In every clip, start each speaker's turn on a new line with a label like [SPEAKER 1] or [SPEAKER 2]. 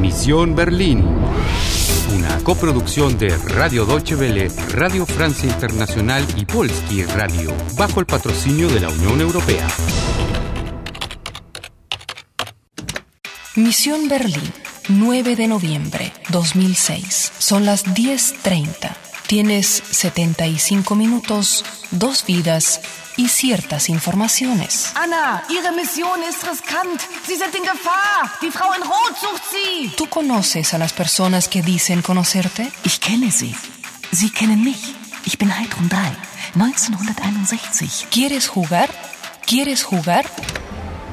[SPEAKER 1] Misión Berlín. Una coproducción de Radio Deutsche Welle, Radio Francia Internacional y Polski Radio, bajo el patrocinio de la Unión Europea.
[SPEAKER 2] Misión Berlín, 9 de noviembre 2006. Son las 10.30. Tienes 75 minutos, dos vidas y ciertas informaciones.
[SPEAKER 3] Anna, Ihre Mission ist riskant. Sie sind in Gefahr. Die Frau in Rot sucht Sie.
[SPEAKER 2] ¿Tú conoces a las personas que dicen conocerte?
[SPEAKER 4] Ich kenne Sie. Sie kennen mich. Ich bin Heidrun 3, 1961.
[SPEAKER 2] ¿Quieres jugar? ¿Quieres jugar?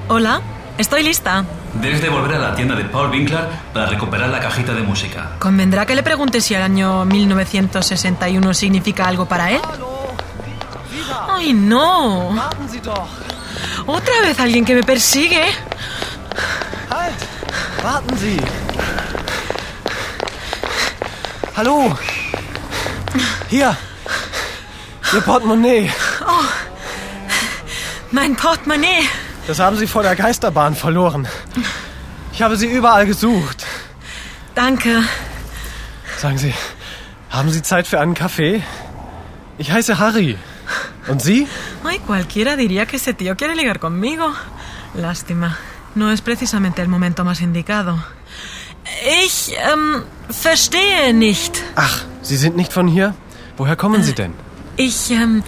[SPEAKER 5] Hola, estoy lista.
[SPEAKER 6] Debes de volver a la tienda de Paul Winkler para recuperar la cajita de música.
[SPEAKER 5] Convendrá que le pregunte si el año 1961 significa algo para él. ¡Ay, no!
[SPEAKER 3] Warten Sie doch.
[SPEAKER 5] Otra vez alguien que me persigue.
[SPEAKER 3] Halt. Warten Sie. Hallo. Hier. Ihr Portemonnaie.
[SPEAKER 5] Mein Portemonnaie.
[SPEAKER 3] Das haben Sie vor der Geisterbahn verloren. Ich habe Sie überall gesucht.
[SPEAKER 5] Danke.
[SPEAKER 3] Sagen Sie, haben Sie Zeit für einen Kaffee? Ich heiße Harry. Und Sie?
[SPEAKER 5] Ay, cualquiera diría que ese tío quiere ligar conmigo. Lástima. No es precisamente el momento más indicado. Ich ähm, verstehe nicht.
[SPEAKER 3] Ach, Sie sind nicht von hier? Woher kommen Sie denn?
[SPEAKER 5] Ich ähm,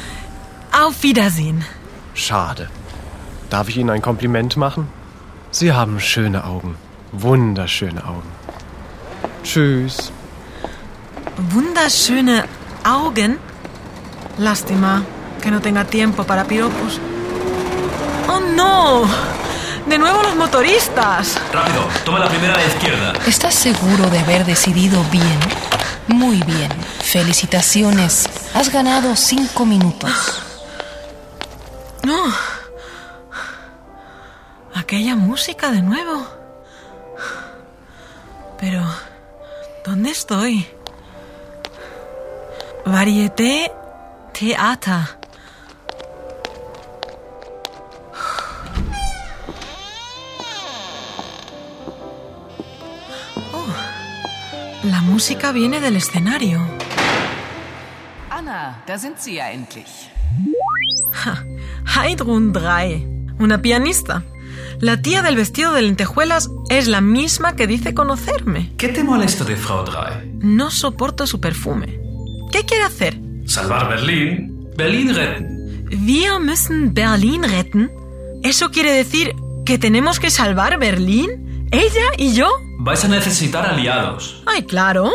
[SPEAKER 5] auf Wiedersehen.
[SPEAKER 3] Schade. Darf ich Ihnen ein Kompliment machen? Sie haben schöne Augen. Wunderschöne Augen. Tschüss.
[SPEAKER 5] Wunderschöne Augen. Lástima que no tenga tiempo para piropos. Oh no. De nuevo los motoristas.
[SPEAKER 6] Rápido, toma la primera a la izquierda.
[SPEAKER 2] ¿Estás seguro de haber decidido bien? Muy bien. Felicitaciones. Has ganado 5 minutos.
[SPEAKER 5] No. Aquella música de nuevo. Pero, ¿dónde estoy? Varieté Theater. Oh, la música viene del escenario.
[SPEAKER 4] Anna, da sind Sie ja endlich.
[SPEAKER 5] Heidrun Drei, una pianista. La tía del vestido de lentejuelas es la misma que dice conocerme.
[SPEAKER 6] ¿Qué te molesta de Frau Drei?
[SPEAKER 5] No soporto su perfume. ¿Qué quiere hacer?
[SPEAKER 6] Salvar Berlín. Berlín retten.
[SPEAKER 5] Wir müssen Berlín retten. ¿Eso quiere decir que tenemos que salvar Berlín? ¿Ella y yo?
[SPEAKER 6] Vais a necesitar aliados.
[SPEAKER 5] Ay, claro.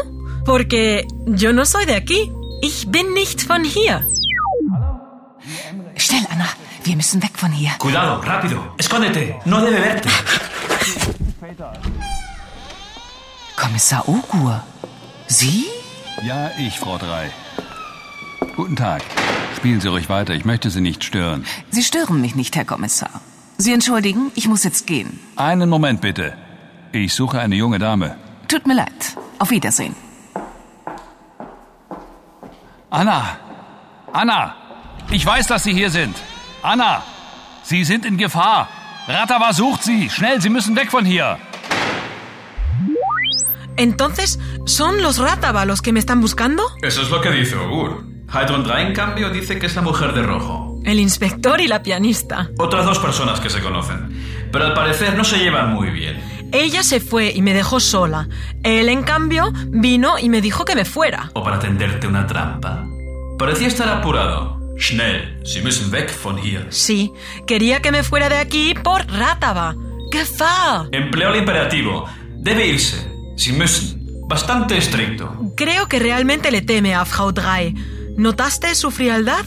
[SPEAKER 5] Porque yo no soy de aquí. Ich bin nicht von hier.
[SPEAKER 4] Schnell, Anna. Wir müssen weg von hier.
[SPEAKER 6] Cuidado, rápido. Escóndete. No debe verte.
[SPEAKER 4] Kommissar Ogur. Sie?
[SPEAKER 7] Ja, ich, Frau Drei. Guten Tag. Spielen Sie ruhig weiter, ich möchte Sie nicht stören.
[SPEAKER 4] Sie stören mich nicht, Herr Kommissar. Sie entschuldigen, ich muss jetzt gehen.
[SPEAKER 7] Einen Moment bitte. Ich suche eine junge Dame.
[SPEAKER 4] Tut mir leid. Auf Wiedersehen.
[SPEAKER 7] Anna! Anna! Ich weiß, dass Sie hier sind. Anna! Sie sind in Gefahr. Ratawa sucht Sie. Schnell, Sie müssen weg von hier.
[SPEAKER 5] Entonces, ¿son los Rátaba los que me están buscando?
[SPEAKER 6] Eso es lo que dice Ogur. Heidrun Drei, en cambio, dice que es la mujer de rojo.
[SPEAKER 5] El inspector y la pianista.
[SPEAKER 6] Otras dos personas que se conocen. Pero al parecer no se llevan muy bien.
[SPEAKER 5] Ella se fue y me dejó sola. Él, en cambio, vino y me dijo que me fuera.
[SPEAKER 6] O para tenderte una trampa. Parecía estar apurado. Schnell, Sie müssen weg von hier.
[SPEAKER 5] Sí, quería que me fuera de aquí por Rátaba. ¡Gefahr!
[SPEAKER 6] Empleó el imperativo. Debe irse. Sie müssen. Bastante estricto.
[SPEAKER 5] Creo que realmente le teme a Frau Drei. ¿Notaste su frialdad?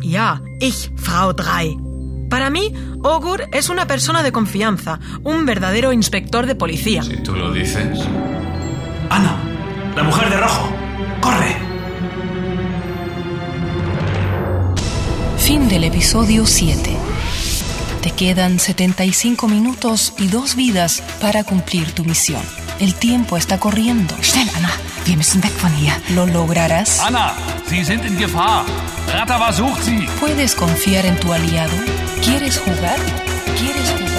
[SPEAKER 5] Ya, ich, Frau Drei. Para mí, Ogur es una persona de confianza, un verdadero inspector de policía.
[SPEAKER 6] Si tú lo dices. ¡Ana! ¡La mujer de rojo! ¡Corre!
[SPEAKER 2] Fin del episodio 7. Te quedan 75 minutos y dos vidas para cumplir tu misión. El tiempo está corriendo.
[SPEAKER 4] Schnell, Anna. Wir müssen weg von hier.
[SPEAKER 2] ¿Lo lograrás?
[SPEAKER 7] Anna! Sie sind in Gefahr. Ratawa sucht Sie.
[SPEAKER 2] ¿Puedes confiar en tu aliado? ¿Quieres jugar? ¿Quieres jugar?